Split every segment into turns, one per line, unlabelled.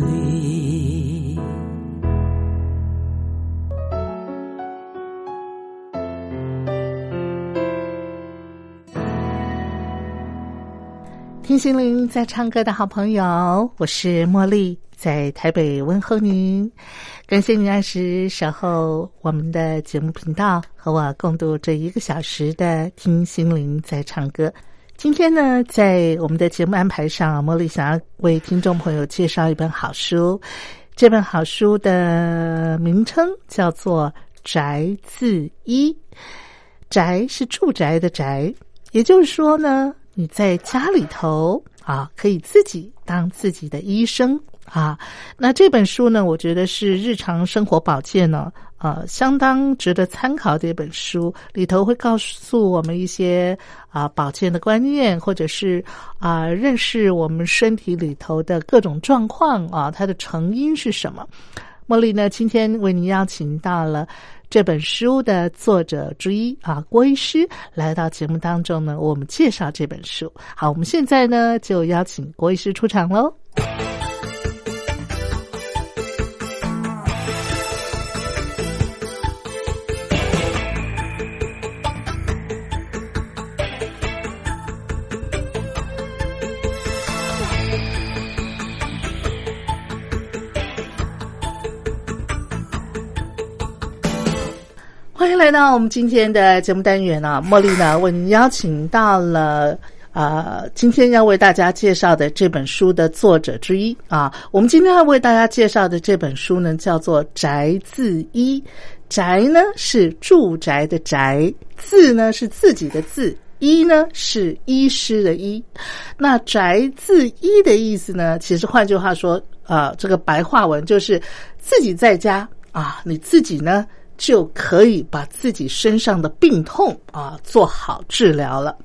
离。
听心灵在唱歌的好朋友，我是茉莉，在台北问候您。感谢您按时守候我们的节目频道，和我共度这一个小时的听心灵在唱歌。今天呢，在我们的节目安排上，茉莉想要为听众朋友介绍一本好书。这本好书的名称叫做《宅自一》，宅是住宅的宅，也就是说呢，你在家里头啊，可以自己当自己的医生啊。那这本书呢，我觉得是日常生活保健呢，呃，相当值得参考的一本书。里头会告诉我们一些啊、保健的观念，或者是啊、认识我们身体里头的各种状况啊，它的成因是什么。茉莉呢，今天为您邀请到了这本书的作者之一啊，郭医师来到节目当中呢，我们介绍这本书。好，我们现在呢就邀请郭医师出场喽。欢迎来到我们今天的节目单元啊，茉莉呢为您邀请到了。啊、今天要为大家介绍的这本书的作者之一啊，我们今天要为大家介绍的这本书呢，叫做《宅自一》。宅呢是住宅的宅，自呢是自己的自，一呢是医师的医。那宅自医的意思呢，其实换句话说，呃，这个白话文就是自己在家啊，你自己呢就可以把自己身上的病痛啊做好治疗了。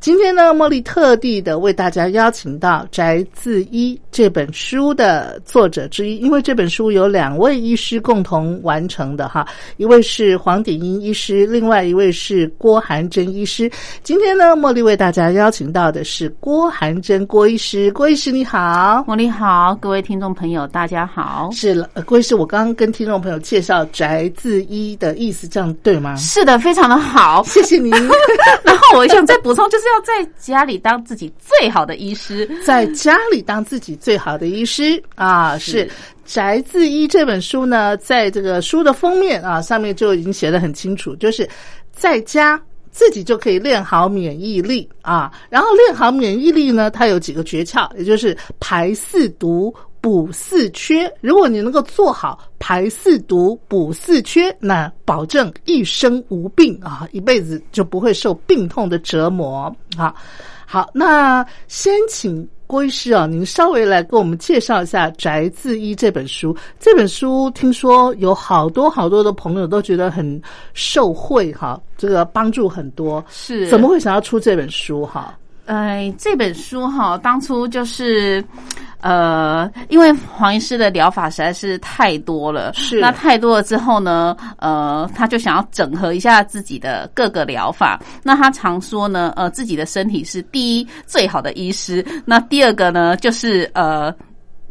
今天呢，茉莉特地的为大家邀请到《宅自医》这本书的作者之一，因为这本书有两位医师共同完成的哈，一位是黄鼎英医师，另外一位是郭涵珍医师。今天呢，茉莉为大家邀请到的是郭涵珍郭医师，郭医师你好。
茉莉好，各位听众朋友，大家好。
是了，呃郭医师，我刚刚跟听众朋友介绍“宅自医”的意思，这样对吗？
是的，非常的好。
谢谢您。
然后我想再补充，就是要在家里当自己最好的医师。
在家里当自己最好的医师啊，是《宅自医》这本书呢，在这个书的封面啊上面就已经写的很清楚，就是在家。自己就可以练好免疫力啊，然后练好免疫力呢，它有几个诀窍，也就是排四毒、补四缺。如果你能够做好排四毒、补四缺，那保证一生无病啊，一辈子就不会受病痛的折磨啊。好，那先请郭医师啊，您稍微来给我们介绍一下《宅自医》这本书。这本书听说有好多好多的朋友都觉得很受惠哈，这个帮助很多。
是
怎么会想要出这本书哈？
呃，这本书哈，当初就是，呃，因为黄医师的疗法实在是太多了，
是
那太多了之后呢，呃，他就想要整合一下自己的各个疗法。那他常说呢，呃，自己的身体是第一最好的医师，那第二个呢，就是呃。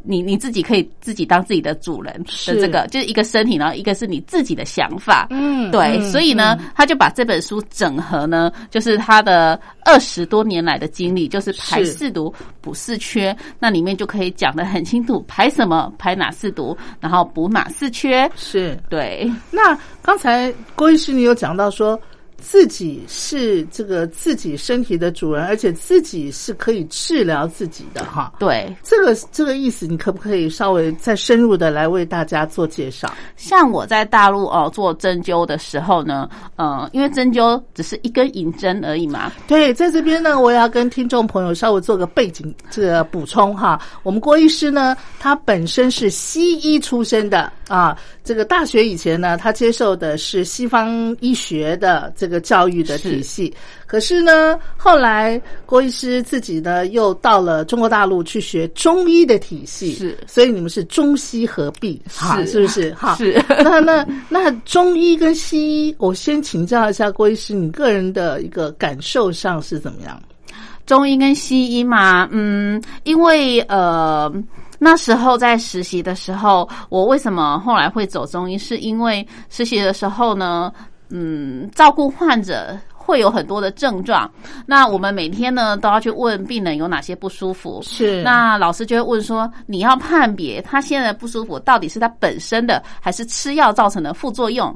你你自己可以自己当自己的主人的
是
这个，就是一个身体，然后一个是你自己的想法，
嗯
对，所以呢，他就把这本书整合呢，就是他的二十多年来的经历，就是排
是
四毒补四缺，那里面就可以讲得很清楚，排什么，排哪四毒，然后补哪四缺。
是
对，
那刚才郭医师你有讲到说，自己是这个自己身体的主人，而且自己是可以治疗自己的哈。
对，
这个这个意思，你可不可以稍微再深入的来为大家做介绍？
像我在大陆哦、做针灸的时候呢，呃，因为针灸只是一根银针而已嘛，
对，在这边呢，我也要跟听众朋友稍微做个背景这个补充哈。我们郭医师呢，他本身是西医出身的啊，这个大学以前呢，他接受的是西方医学的这个教育的体系。可是呢，后来郭医师自己呢，又到了中国大陆去学中医的体系，
是
所以你们是中西合璧，哈
是
是不是？哈，
是
那那那中医跟西医，我先请教一下郭医师，你个人的一个感受上是怎么样？
中医跟西医嘛，嗯，因为呃那时候在实习的时候，我为什么后来会走中医，是因为实习的时候呢，嗯，照顾患者。会有很多的症状，那我们每天呢都要去问病人有哪些不舒服，
是
那老师就会问说，你要判别他现在不舒服到底是他本身的，还是吃药造成的副作用？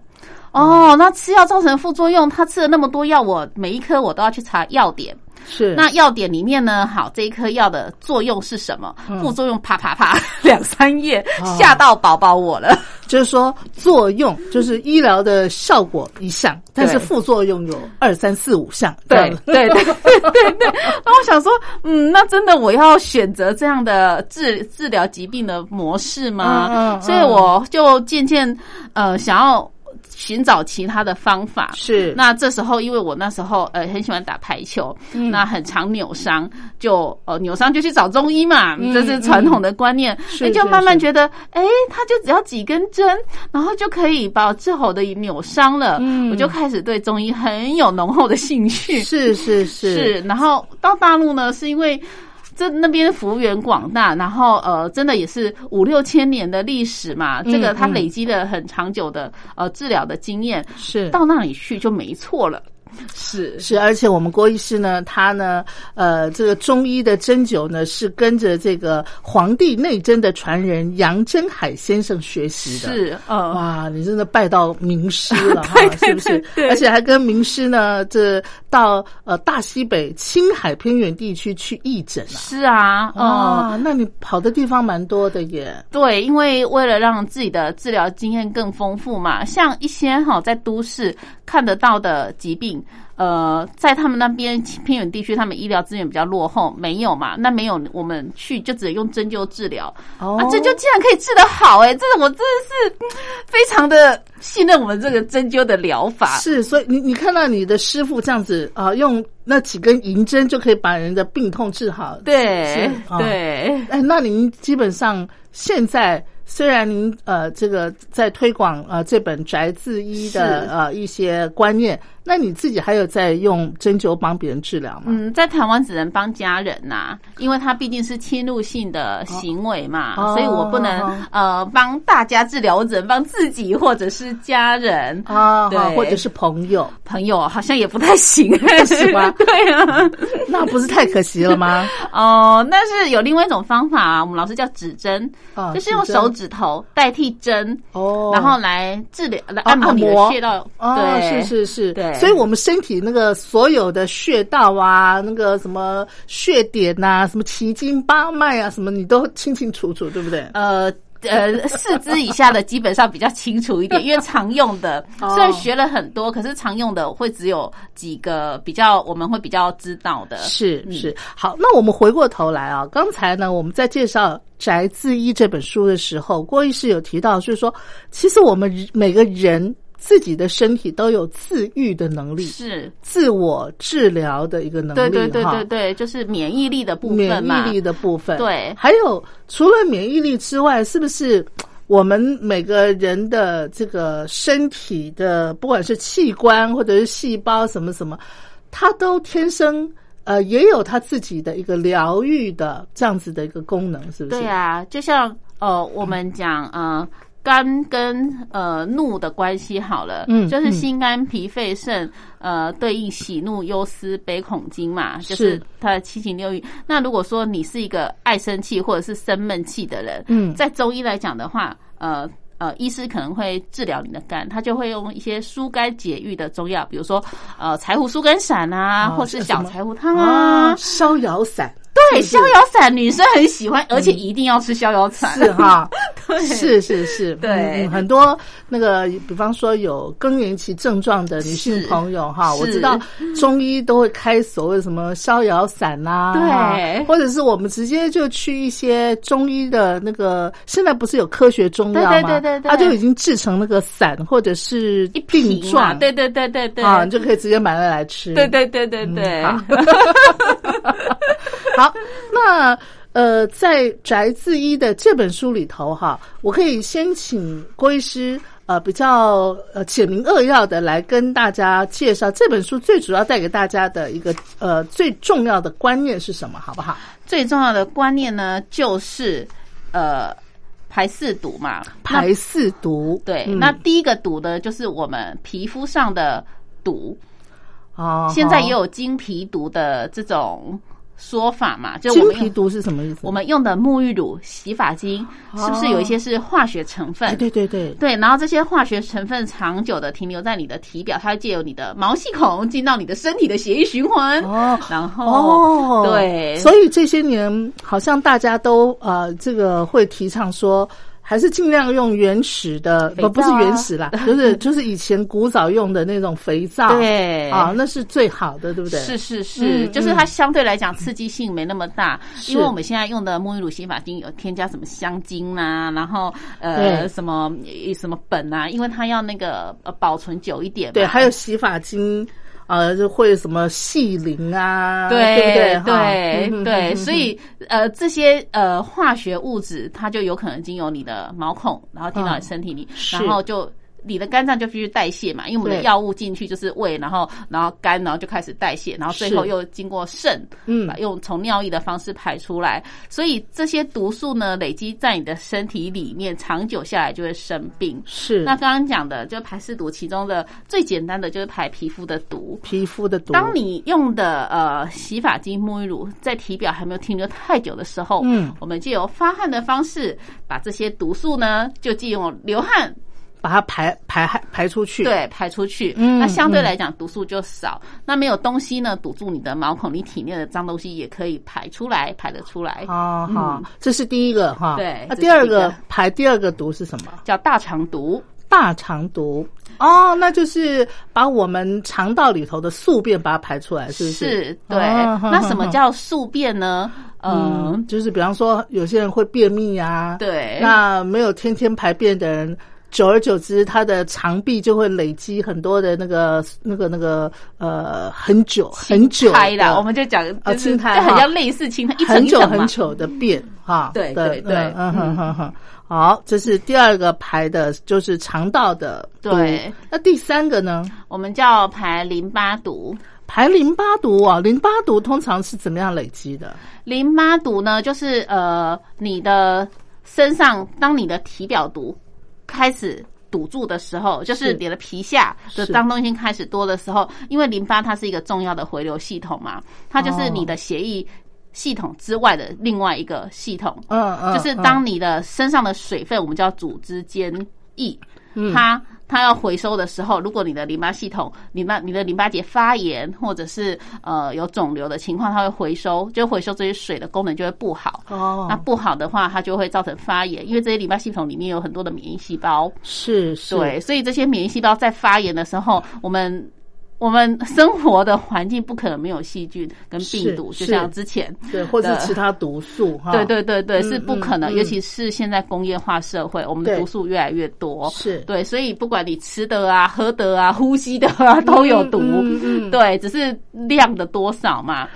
哦，那吃药造成的副作用，他吃了那么多药，我每一颗我都要去查药点。
是
那药点里面呢，好，这一颗药的作用是什么？副作用啪 啪啪两三页，
嗯哦
吓到宝宝我了。
就是说作用，就是医疗的效果一项，但是
对
副作用有二三四五项，这
对
样
对对对对对。那我想说，嗯，那真的我要选择这样的治治疗疾病的模式吗？
嗯嗯嗯
所以我就渐渐呃想要寻找其他的方法。
是
那这时候，因为我那时候呃很喜欢打排球，
嗯
那很常扭伤，就呃扭伤就去找中医嘛，
嗯
这是传统的观念。
是
你就是慢慢
是
觉得，哎，他就只要几根针，然后就可以把我治好的扭伤了。
嗯
我就开始对中医很有浓厚的兴趣。
是是是
是，然后到大陆呢，是因为。这那边幅员广大，然后呃，真的也是五六千年的历史嘛，
嗯
这个它
嗯
累积了很长久的呃治疗的经验，
是
到那里去就没错了。是
是，而且我们郭医师呢，他呢，呃，这个中医的针灸呢，是跟着这个《黄帝内针》的传人杨真海先生学习的。哦
是，呃，
哇，你真的拜到名师了哈，
对对
是不是
对？对
而且还跟名师呢，这到呃大西北青海偏远地区去义诊啊。
是啊，呃，
啊，那你跑的地方蛮多的耶。
对，因为为了让自己的治疗经验更丰富嘛，像一些哈、在都市看得到的疾病，呃，在他们那边偏远地区，他们医疗资源比较落后，没有嘛，那没有我们去就只能用针灸治疗，
哦
啊，针灸竟然可以治得好、哎，这个我真的是嗯非常的信任我们这个针灸的疗法，
是，所以你你看到你的师傅这样子啊、用那几根银针就可以把人的病痛治好，
对
是啊
对。
哎，那您基本上现在虽然您呃这个在推广呃这本宅自医的
是
呃一些观念，那你自己还有在用针灸帮别人治疗吗？
嗯，在台湾只能帮家人呐、因为它毕竟是侵入性的行为嘛，
哦
所以我不能、
哦哦
呃帮大家治疗，我只能帮自己或者是家人、
啊，
对
好或者是朋友，
朋友，好像也不太 行，
是吗
对啊，
那不是太可惜了 吗？
哦、但是有另外一种方法啊，我们老师叫指针，
啊
就是用
指针
手指头代替针，
哦，
然后来治疗、来
哦
按摩你
按
的
摩
穴道。
哦，
对，
是是是，
对
所以我们身体那个所有的穴道啊，那个什么穴点呐、什么奇经八脉啊，什么你都清清楚楚，对不对？
呃。呃，四肢以下的基本上比较清楚一点，因为常用的
哦
虽然学了很多，可是常用的会只有几个比较我们会比较知道的。嗯
是是，好，那我们回过头来啊，刚才呢我们在介绍《宅自医》这本书的时候，郭医师有提到，就是说，其实我们每个人自己的身体都有自愈的能力，
是，
自我治疗的一个能力，
对对对
哈
对对，就是免疫力的部
免
分嘛
疫。力的部分。
对
还有除了免疫力之外，是不是我们每个人的这个身体的，不管是器官或者是细胞什么什么，它都天生呃也有它自己的一个疗愈的这样子的一个功能，是不是？
对啊，就像呃，我们讲呃。肝跟呃怒的关系好了，
嗯
就是
嗯
心肝脾肺肾，呃，对应喜怒忧思悲恐惊
嗯
嘛，就是是它的七情六欲。那如果说你是一个爱生气或者是生闷气的人，
嗯
在中医来讲的话，呃。呃，医师可能会治疗你的肝，他就会用一些疏肝解郁的中药，比如说呃柴胡疏肝散啊，
哦
或是
是
小
什么
柴胡汤啊
哦，逍遥散，
对，
是
逍
不是
遥散女生很喜欢，而且一定要吃逍遥 散。
嗯是哈，
对
是是是，
对
嗯嗯很多那个，比方说有更年期症状的女性
是
朋友哈，我
是嗯
知道中医都会开所谓什么逍遥散呐、哈
对
或者是我们直接就去一些中医的那个，现在不是有科学中药吗？
对对对对对
它就已经制成那个散或者是
一
定
瓶嘛，
状，
对对对对对，
啊，你就可以直接买了来吃，
对对对对对，
嗯 好，那呃，在《宅自医》的这本书里头哈，我可以先请郭医师呃比较呃简明扼要的来跟大家介绍这本书最主要带给大家的一个呃最重要的观念是什么，好不好？
最重要的观念呢，就是呃排四毒嘛，那
排四毒，
对，
嗯
那第一个毒呢，就是我们皮肤上的毒，
啊哦，
现在
好
也有金皮毒的这种说法嘛，就我
金
们
皮
用
毒是什么意思？
我们用的沐浴乳、洗发精，
啊
是不是有一些是化学成分？
哎，对对对，
对，然后这些化学成分长久的停留在你的体表，它会借由你的毛细孔进到你的身体的血液循环，
哦
然后
哦，
对
所以这些年好像大家都呃，这个会提倡说，还是尽量用原始的，
肥
不不是
皂啊
原 始啦，就是就是以前古早用的那种肥皂，
对
啊，那是最好的，对不对？
是是是，
嗯
就是它相对来讲刺激性没那么大，
是
因为我们现在用的沐浴乳、洗发精有添加什么香精啦、然后
对
呃什么什么苯啊，因为它要那个呃保存久一点嘛。
对，还有洗发精。呃，就会什么细鳞啊，
对
对不对？哈
对
嗯
对
嗯
所以呃，这些呃化学物质，它就有可能经由你的毛孔，然后进
嗯
到你身体里，
是
然后就。你的肝脏就必须代谢嘛，因为我们的
对
药物进去就是胃，然后然后肝，然后就开始代谢，然后最
是
后又经过肾，
嗯
把用从尿液的方式排出来。所以这些毒素呢，累积在你的身体里面，长久下来就会生病。
是
那刚刚讲的，就排四毒，其中的最简单的就是排皮肤的毒。
皮肤的毒，
当你用的呃洗发精、沐浴乳在体表还没有停留太久的时候，
嗯，
我们就由发汗的方式把这些毒素呢，就借用流汗
把它排排排出去，，
对排出去。
嗯
那相对来讲毒素就少。那没有东西呢堵住你的毛孔，你体内的脏东西也可以排出来，排得出来。
哦，好
嗯，
这是第一个哈。
对
那
这是
第二
第一
个
个
排第二个毒是什么？
叫大肠毒，
大肠毒哦，那就是把我们肠道里头的宿便把它排出来，是不是？
对。
哦哼
那什么
哼
叫宿便呢？
嗯
嗯，，
就是比方说有些人会便秘呀、啊，，
对。
那没有天天排便的人。久而久之，他的肠壁就会累积很多的那个、那个、那个，呃，很久很久
开啦，
的
我们就讲
啊
就
青
是
苔
这很
哈
像类似青苔，一层
很
一
久
层嘛
很。久的便哈，
对
的
对对
嗯嗯哼哼哼，好，这是第二个排的，就是肠道的毒
对。
那第三个呢？
我们叫排淋巴毒。
排淋巴毒啊，淋巴毒通常是怎么样累积的？
淋巴毒呢，就是呃，你的身上当你的体表毒开始堵住的时候，就是
是
你的皮下
是
的脏东西开始多的时候，因为淋巴它是一个重要的回流系统嘛，它就是你的血液系统之外的另外一个系统。
嗯嗯，
就是当你的身上的水分，我们叫组织间液，
嗯
它它要回收的时候，如果你的淋巴系统、淋巴、你的淋巴结发炎，或者是呃有肿瘤的情况，它会回收，就回收这些水的功能就会不好。
嗯
那
哦，
不好的话，它就会造成发炎，因为这些淋巴系统里面有很多的免疫细胞，
是是，
对，所以这些免疫细胞在发炎的时候，我们。我们生活的环境不可能没有细菌跟
是
病毒，就是像之前
对，或是
的
其他毒素哈，
对对对对，
嗯
是不可能，
嗯嗯
尤其是现在工业化社会，我们的
对
毒素越来越多。
是
对，所以不管你吃的啊、喝的啊、呼吸的啊，都有毒。
嗯嗯嗯
对，只是量的多少嘛。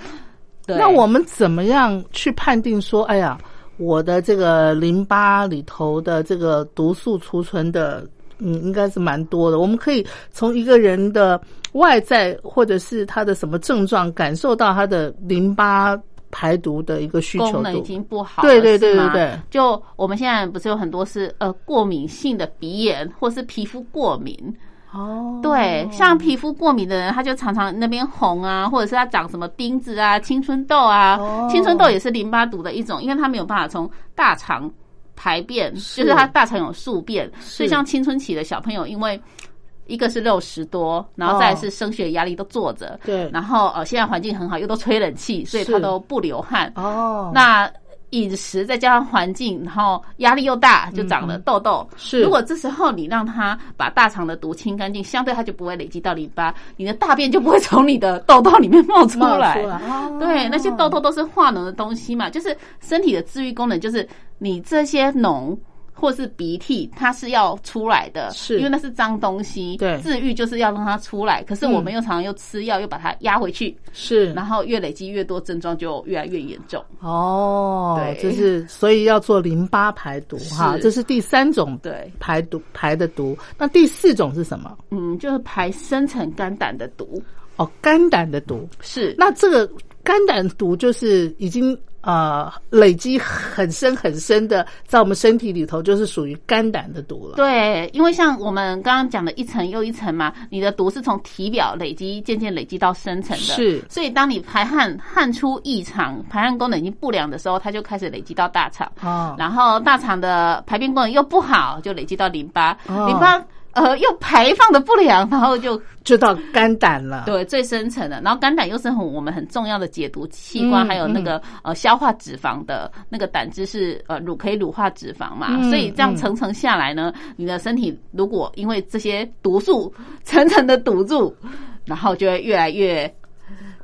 对，
那我们怎么样去判定说，哎呀，我的这个淋巴里头的这个毒素储存的，嗯，应该是蛮多的。我们可以从一个人的外在或者是他的什么症状，感受到他的淋巴排毒的一个需求
功能已
度。
经不好了，
对对对
是
对
吗
对，
就我们现在不是有很多是呃过敏性的鼻炎，或是皮肤过敏。
哦，
对，像皮肤过敏的人，他就常常那边红啊，或者是他长什么钉子啊、青春痘啊。
哦
青春痘也是淋巴毒的一种，因为它没有办法从大肠排便，
是
就是他大肠有宿便，所
是
以像青春期的小朋友，因为一个是肉食多，然后再来
哦
是升学压力都坐着，
对，
然后呃现在环境很好，又都吹冷气，所以
是
他都不流汗。
哦，
那饮食再加上环境，然后压力又大，就长
嗯
了痘痘。
是
如果这时候你让它把大肠的毒清干净，相对它就不会累积到淋巴，你的大便就不会从你的痘痘里面冒出
冒出
来。
哦
对，那些痘痘都是化脓的东西嘛，就是身体的治愈功能，就是你这些脓或是鼻涕，它是要出来的，
是
因为那是脏东西。
对
治愈就是要让它出来，可是我们又常常又吃药，又把它压回去，
是
然后越累积越多症状，就越来越严重。
哦，
对
就是所以要做淋巴排毒哈，
是
这是第三种
对，
排毒排的毒。那第四种是什么？
嗯，就是排深层肝胆的毒，
哦，肝胆的毒。
是
那这个肝胆毒就是已经呃累积很深很深的，在我们身体里头就是属于肝胆的毒了。
对，因为像我们刚刚讲的一层又一层嘛，你的毒是从体表累积，渐渐累积到深层的。
是
所以当你排汗汗出异常，排汗功能已经不良的时候，它就开始累积到大肠，
哦，
然后大肠的排便功能又不好，就累积到淋巴，
哦
淋巴。呃，又排放的不良，然后就
就到肝胆了。
对最深层的，然后肝胆又是很我们很重要的解毒器官，
嗯
还有那个呃消化脂肪的那个胆汁是呃乳可以乳化脂肪嘛，
嗯
所以这样层层下来呢，你的身体如果因为这些毒素层层的堵住，然后就会越来越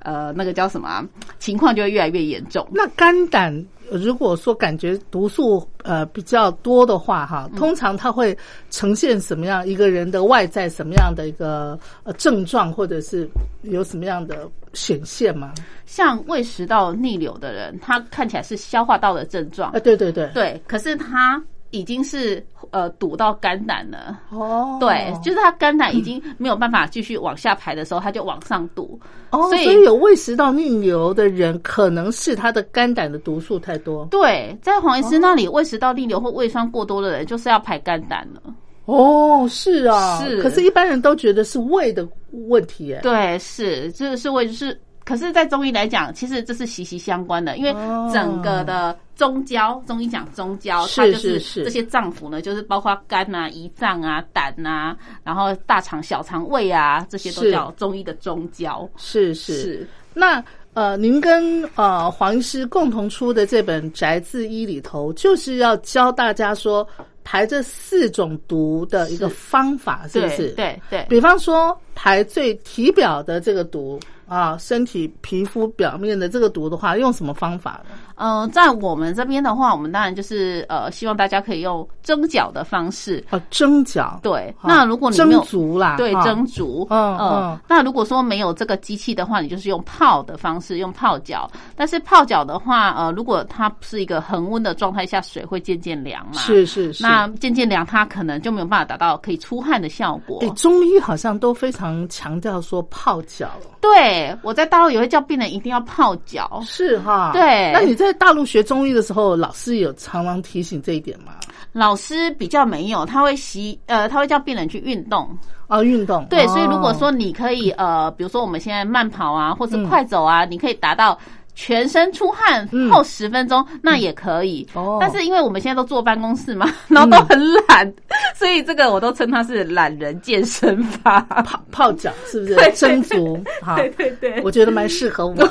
呃那个叫什么啊、情况就会越来越严重。
那肝胆呃如果说感觉毒素呃比较多的话，哈，
嗯
通常它会呈现什么样一个人的外在什么样的一个呃症状，或者是有什么样的显现吗？
像胃食道逆流的人，他看起来是消化道的症状
啊，，对对对，
对，可是他已经是呃堵到肝胆了。
哦，
对，就是它肝胆已经没有办法继续往下排的时候，它就往上堵。
哦，所
所以
以有胃食道逆流的人，可能是他的肝胆的毒素太多。
对，在黄医师那里，胃食道逆流或胃酸过多的人，就是要排肝胆了。
哦，是啊，
是
可是，一般人都觉得是胃的问题耶。
对，是，这是胃就是。可是，在中医来讲，其实这是息息相关的，因为
哦
整个的中焦，中医讲中焦，
是
它就是是
是
这些脏腑呢，就是包括肝啊、胰脏啊、胆啊，然后大肠、小肠、胃啊，这些都
是
叫中医的中焦。
是是，那呃，您跟呃黄医师共同出的这本《宅字医》里头，就是要教大家说排这四种毒的一个
是
方法，是不
对
是？
对对，
比方说排最体表的这个毒啊，身体皮肤表面的这个毒的话，用什么方法呢？
嗯，在我们这边的话，我们当然就是呃，希望大家可以用蒸脚的方式。
啊，蒸脚。
对，
啊
那如果你没
蒸
有
足啦，
对
啊
蒸足，
嗯
呃
嗯
那如果说没有这个机器的话，你就是用泡的方式，用泡脚。但是泡脚的话，呃，如果它不是一个恒温的状态下，水会渐渐凉嘛。。
是是是。
那渐渐凉，它可能就没有办法达到可以出汗的效果。
诶中医好像都非常强调说泡脚，
对，我在大陆也会叫病人一定要泡脚。
是哈？
对
那你在大陆学中医的时候，老师有常常提醒这一点吗？
老师比较没有，他会习呃，他会叫病人去运动，
哦，运动。
对，
哦
所以如果说你可以呃，比如说我们现在慢跑啊，或是快走啊，你可以达到。全身出汗
嗯
后十分钟，那也可以。
哦
但是因为我们现在都坐办公室嘛， 然后都很懒， 所以这个我都称它是懒人健身 法。
泡泡脚是不是
对
蒸足？哈，
对对对
我觉得蛮适合我的。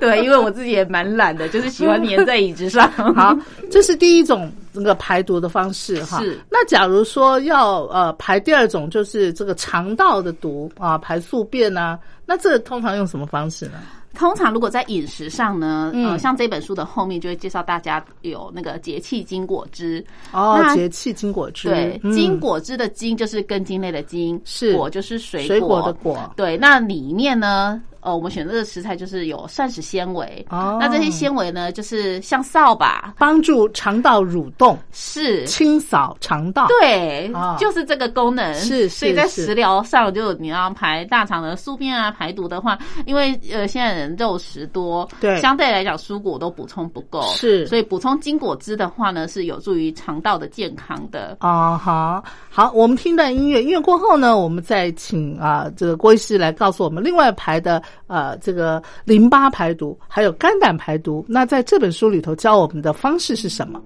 对，因为我自己也蛮懒的，就是喜欢粘在椅子 上。
好，这是第一种那个排毒的方式哈。
是
那假如说要呃排第二种，就是这个肠道的毒啊，排宿便啊，那这个通常用什么方式呢？
通常如果在饮食上呢，
嗯
呃，像这本书的后面就会介绍大家有那个节气金果汁。
哦，
那
节气金果汁，
对，
嗯
金果汁的金就是根茎类的茎，
是
果就是水
水果的果
对，那里面呢，呃，我们选择的食材就是有膳食纤维。
哦
那这些纤维呢，就是像扫把，
帮助肠道蠕动，
是。
清扫肠道。
对，
啊
就是这个功能。
是是
所以在
是
食疗上，就你要排大肠的宿便啊、排毒的话，因为呃现在人肉食多，
对
相对来讲蔬果都补充不够，
是
所以补充筋果汁的话呢，是有助于肠道的健康的。
啊哈，好，我们听段音乐，音乐过后呢，我们再请啊这个郭医师来告诉我们另外排的呃这个淋巴排毒，还有肝胆排毒，那在这本书里头教我们的方式是什么？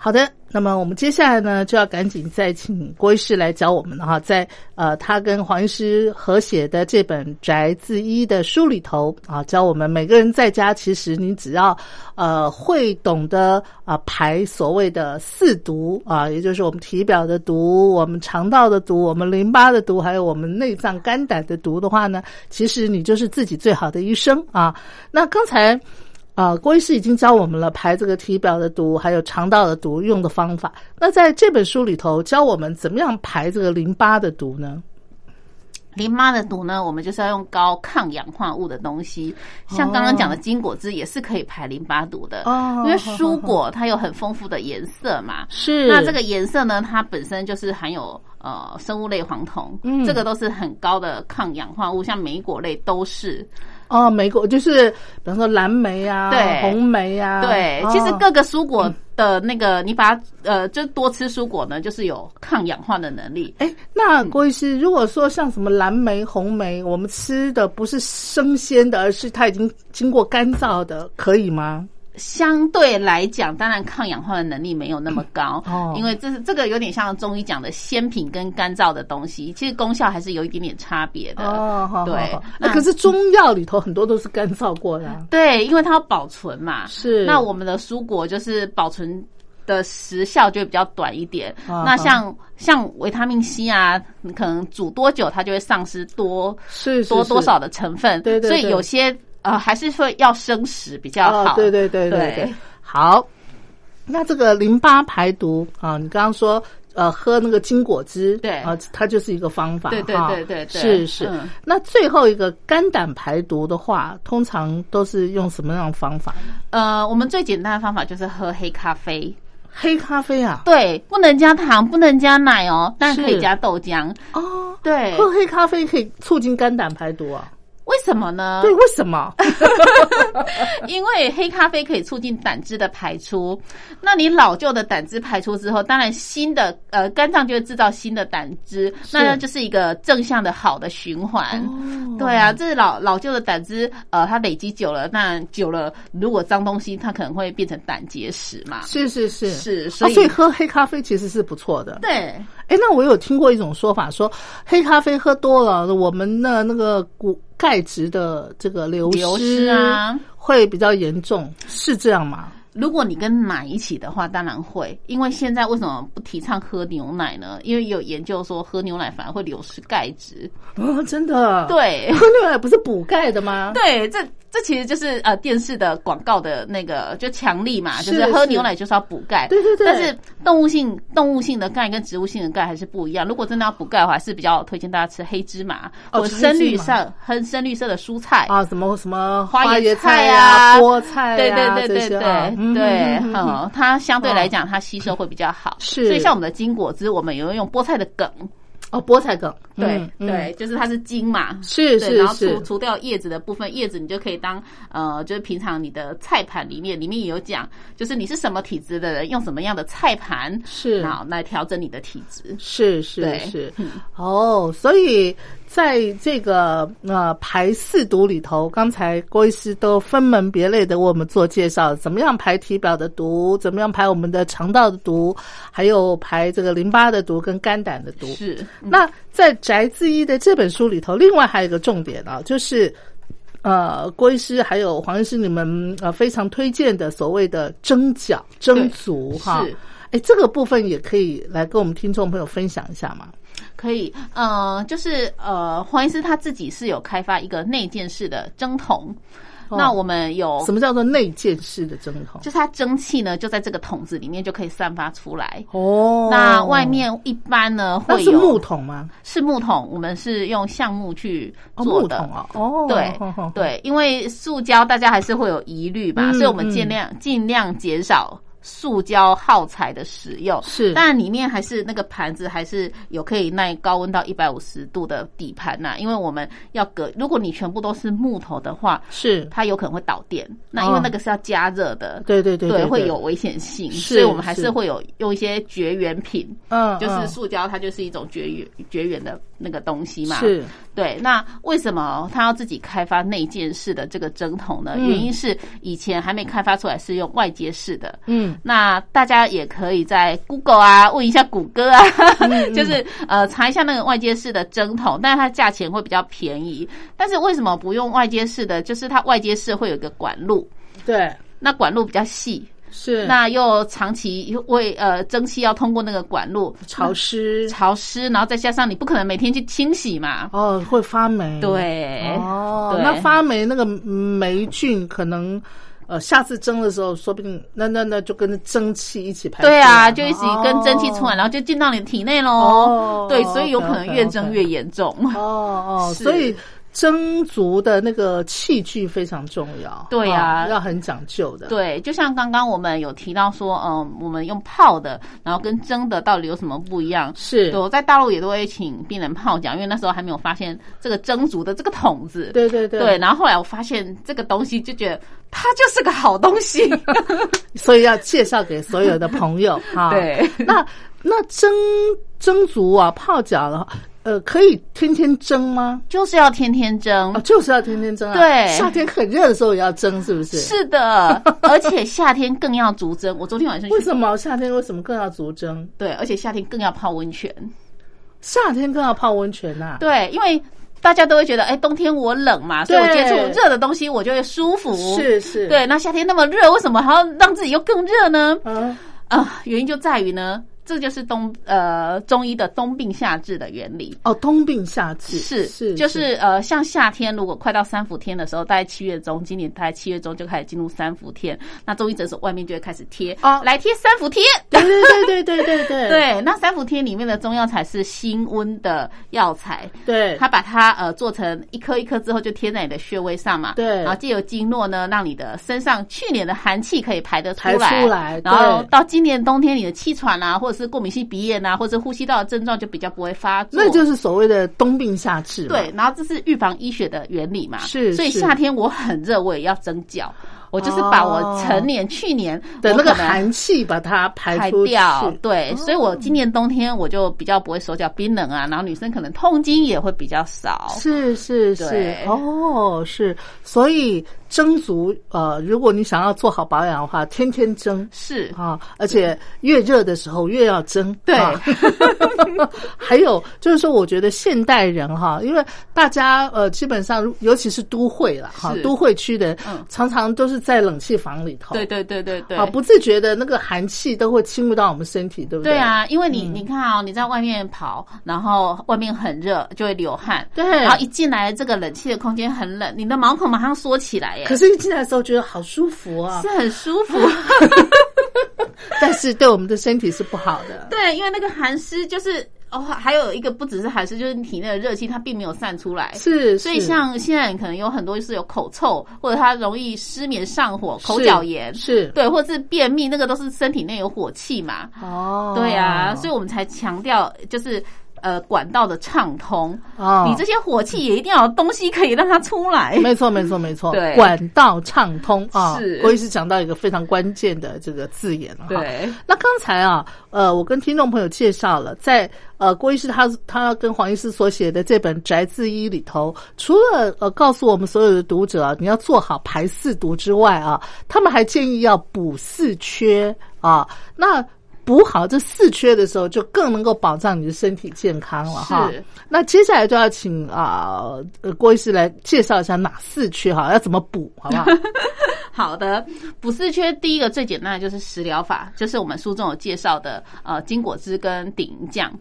好的，那么我们接下来呢，就要赶紧再请郭医师来教我们了哈，在呃他跟黄医师合写的这本《宅自医》的书里头啊，教我们每个人在家，其实你只要呃会懂得啊排所谓的四毒啊，也就是我们体表的毒、我们肠道的毒、我们淋巴的毒，还有我们内脏肝胆的毒的话呢，其实你就是自己最好的医生啊。那刚才。啊，郭医师已经教我们了排这个体表的毒，还有肠道的毒用的方法。那在这本书里头教我们怎么样排这个淋巴的毒呢？
淋巴的毒呢，我们就是要用高抗氧化物的东西，像刚刚讲的金果汁也是可以排淋巴毒的，
哦
因为蔬果它有很丰富的颜色嘛。
是
那这个颜色呢，它本身就是含有呃生物类黄酮，
嗯
这个都是很高的抗氧化物，像莓果类都是。
哦，莓果就是比方说蓝莓啊，
对
红莓啊，
对，
哦
其实各个蔬果的那个，你把它呃，就多吃蔬果呢，就是有抗氧化的能力。
哎，那郭医师，如果说像什么蓝莓、红莓，我们吃的不是生鲜的，而是它已经经过干燥的，可以吗？
相对来讲，当然抗氧化的能力没有那么高，
哦
因为这是这个有点像中医讲的鲜品跟干燥的东西，其实功效还是有一点点差别的。
哦，好，
对
好好
那
那可是中药里头很多都是干燥过的啊、
对，因为它要保存嘛。
是
那我们的蔬果就是保存的时效就会比较短一点。
啊哈
那像像维他命 C 啊，你可能煮多久它就会丧失多
是是
多
是
多少的成分，
对对
所以
对
有些呃还是会要生食比较好。
哦对对对
对
对，好。那这个淋巴排毒啊，你刚刚说呃喝那个金果汁，
对
啊，它就是一个方法，
对对
哈
对对对
是是
嗯。
那最后一个肝胆排毒的话，通常都是用什么样的方法？
呃，我们最简单的方法就是喝黑咖啡。
黑咖啡啊，
对，不能加糖，不能加奶哦，但是可以
是
加豆浆。
哦，
对，
喝黑咖啡可以促进肝胆排毒啊？
为什么呢？
对，为什么？
因为黑咖啡可以促进胆汁的排出，那你老旧的胆汁排出之后，当然新的呃肝脏就会制造新的胆汁，那它就是一个正向的好的循环。
哦
对啊，这老老旧的胆汁，呃，它累积久了，那久了如果脏东西，它可能会变成胆结石嘛。
是是是
是，所
啊，
以,、
所以喝黑咖啡其实是不错的。
对
哎，那我有听过一种说法，说黑咖啡喝多了，我们的那个骨钙质的这个流失
流失啊，
会比较严重，是这样吗？
如果你跟奶一起的话，当然会，因为现在为什么不提倡喝牛奶呢？因为有研究说喝牛奶反而会流失钙质。
哦，真的，，
对。
喝牛奶不是补钙的吗？
对，这这其实就是呃电视的广告的那个就强力嘛，
是
就是喝
是
牛奶就是要补钙。
对对对
但是动物性动物性的钙跟植物性的钙还是不一样。如果真的要补钙的话，还是比较推荐大家吃黑芝麻
哦
或
吃黑
深绿
芝麻
色、很深绿色的蔬菜。
啊，什么什么
花椰
椰菜
菜啊
菠菜
对
呀
对对
这
对
些
对
啊嗯
对，
嗯嗯嗯
嗯，它相对来讲它吸收会比较好。
是
所以像我们的金果汁，我们也会用菠菜的梗，
哦，菠菜梗，
对
嗯嗯
对，就是它是茎嘛，
是
对，
是
然后除
是，
除掉叶子的部分，叶子你就可以当呃，就是平常你的菜盘里面，里面也有讲，就是你是什么体质的人，用什么样的菜盘，
是
然后来调整你的体质。
是是
对
是，哦，所以在这个呃排四毒里头，刚才郭医师都分门别类的为我们做介绍，怎么样排体表的毒，怎么样排我们的肠道的毒，还有排这个淋巴的毒跟肝胆的毒。
是，
那在《宅自医》的这本书里头，另外还有一个重点啊，就是。呃，郭医师还有黄医师，你们呃非常推荐的所谓的蒸饺、蒸
对
足哈，
是
哎，这个部分也可以来跟我们听众朋友分享一下嘛。
可以，呃，就是呃，黄医师他自己是有开发一个内建式的蒸桶，
哦
那我们有
什么叫做内建式的蒸桶？
就是它蒸汽呢，就在这个桶子里面就可以散发出来。
哦
那外面一般呢
那
会
是
有
木桶吗？
是木桶，我们是用橡木去
哦，
做
木
的。
桶啊，哦，
对
哦，哦
对，因为塑胶大家还是会有疑虑嘛，
嗯
所以我们尽量尽量减少塑胶耗材的使用。
是
但里面还是那个盘子还是有可以耐高温到一百五十度的底盘呐、因为我们要隔，如果你全部都是木头的话，
是，
它有可能会导电。那
哦
因为那个是要加热的。
对对对
对，会有，危险性，
是
所以我们还
是
是会有用一些绝缘品，
嗯，
就是
嗯
塑胶，它就是一种绝缘绝缘的那个东西嘛。
是
对，那为什么他要自己开发内建式的这个蒸桶呢？
嗯
原因是以前还没开发出来，是用外接式的。
嗯嗯
那大家也可以在 Google 啊问一下谷歌啊，
嗯
就是呃查一下那个外接式的针筒，但是它价钱会比较便宜。但是为什么不用外接式的？就是它外接式会有一个管路，
对，
那管路比较细，
是
那又长期为呃蒸汽要通过那个管路
潮湿
潮湿，然后再加上你不可能每天去清洗嘛，
哦，会发霉，，
对。
哦，
对
那发霉那个霉菌可能。呃，下次蒸的时候，说不定那那那就跟蒸汽一起排出来。
对啊，就一起跟蒸汽出来，
哦
然后就进到你的体内喽。
哦
对，所以有可能
OK，OK，OK
越蒸越严重。
哦 哦，
是
所以蒸足的那个器具非常重要。
对啊
哦要很讲究的。，
对，就像刚刚我们有提到说，嗯，我们用泡的，然后跟蒸的到底有什么不一样？
是
对，，我在大陆也都会请病人泡脚，因为那时候还没有发现这个蒸煮的这个桶子。
对对对，
然后后来我发现这个东西，就觉得它就是个好东西。
所以要介绍给所有的朋 友哈。，
对，
那那蒸蒸足啊，泡脚了，呃，可以天天蒸吗？
就是要天天蒸
啊，。就是要天天蒸啊。
嗯对
夏天很热的时候也要蒸，是不 是？。
是 的，而且夏天更要足蒸。我昨天晚上去
为什么夏天为什么更要足蒸？
对，而且夏天更要泡温泉。
夏天更要泡温泉呐、啊？
对，因为大家都会觉得，哎，冬天我冷嘛，所以我
对
接触热的东西，我就会舒服。，
是是。。
对。那夏天那么热，为什么还要让自己又更热呢？
嗯，
啊、原因就在于呢，这就是冬呃中医的冬病夏治的原理。
哦，冬病夏治
是
是，
就是呃，像夏天如果快到三伏天的时候，大概七月中，今年大概七月中就开始进入三伏天，那中医诊所外面就会开始贴，
哦
来贴三伏贴。
对对对对对 对
对，那三伏贴里面的中药材是辛温的药材，
对，
它把它呃做成一颗一颗之后，就贴在你的穴位上嘛。
对
然后借由经络呢，让你的身上去年的寒气可以排得出来，
排出来
然后
对
到今年冬天，你的气喘啊，或者是过敏性鼻炎啊，或者是呼吸道的症状就比较不会发作。
那就是所谓的冬病夏治嘛。
对，然后这是预防医学的原理嘛。
是
所以
是
夏天我很热，我也要蒸脚。我就是把我
哦
成年、去年
的
我
那个
可能
寒气把它
排
排出去。哦
掉，对，所以我今年冬天我就比较不会手脚冰冷啊，然后女生可能痛经也会比较少，
是是是
对，
哦是，所以蒸足呃，如果你想要做好保养的话，天天蒸
是
啊，而且越热的时候越要蒸。
对
啊 还有就是说，我觉得现代人哈，因为大家呃，基本上尤其是都会了哈
是，
都会区的
嗯
常常都是在冷气房里头。
对对对对对，
啊，不自觉的那个寒气都会侵入到我们身体，对不
对
对，
啊，因为
嗯
你、你看哦，你在外面跑，然后外面很热，就会流汗，
对
然后一进来这个冷气的空间很冷，你的毛孔马上缩起来耶，
可
是
是，一进来的时候觉得好舒服啊，
很舒 服，
但是对我们的身体是不好的。
对，因为那个寒湿就是哦，还有一个不只是寒湿，就是你体内的热气它并没有散出来，
是，
所以
是
像现在可能有很多是有口臭，或者他容易失眠、上火、口角炎，
是
对，或者是便秘，那个都是身体内有火气嘛。
哦，
对啊，所以我们才强调就是呃管道的畅通，
哦，
你这些火气也一定要有东西可以让它出来。
没错没错没错，
哎对
管道畅通啊，
是
郭医师讲到一个非常关键的这个字眼了哈。
对，
那刚才啊，呃，我跟听众朋友介绍了，在呃郭医师他他跟黄医师所写的这本《宅自医》里头，除了呃告诉我们所有的读者啊，你要做好排四毒之外啊，他们还建议要补四缺啊。那补好这四缺的时候，就更能够保障你的身体健康了哈
是。
那接下来就要请啊、呃郭医师来介绍一下哪四缺哈，要怎么补，好不 好？
好的，补四缺第一个最简单的就是食疗法，就是我们书中有介绍的呃金果汁跟顶酱。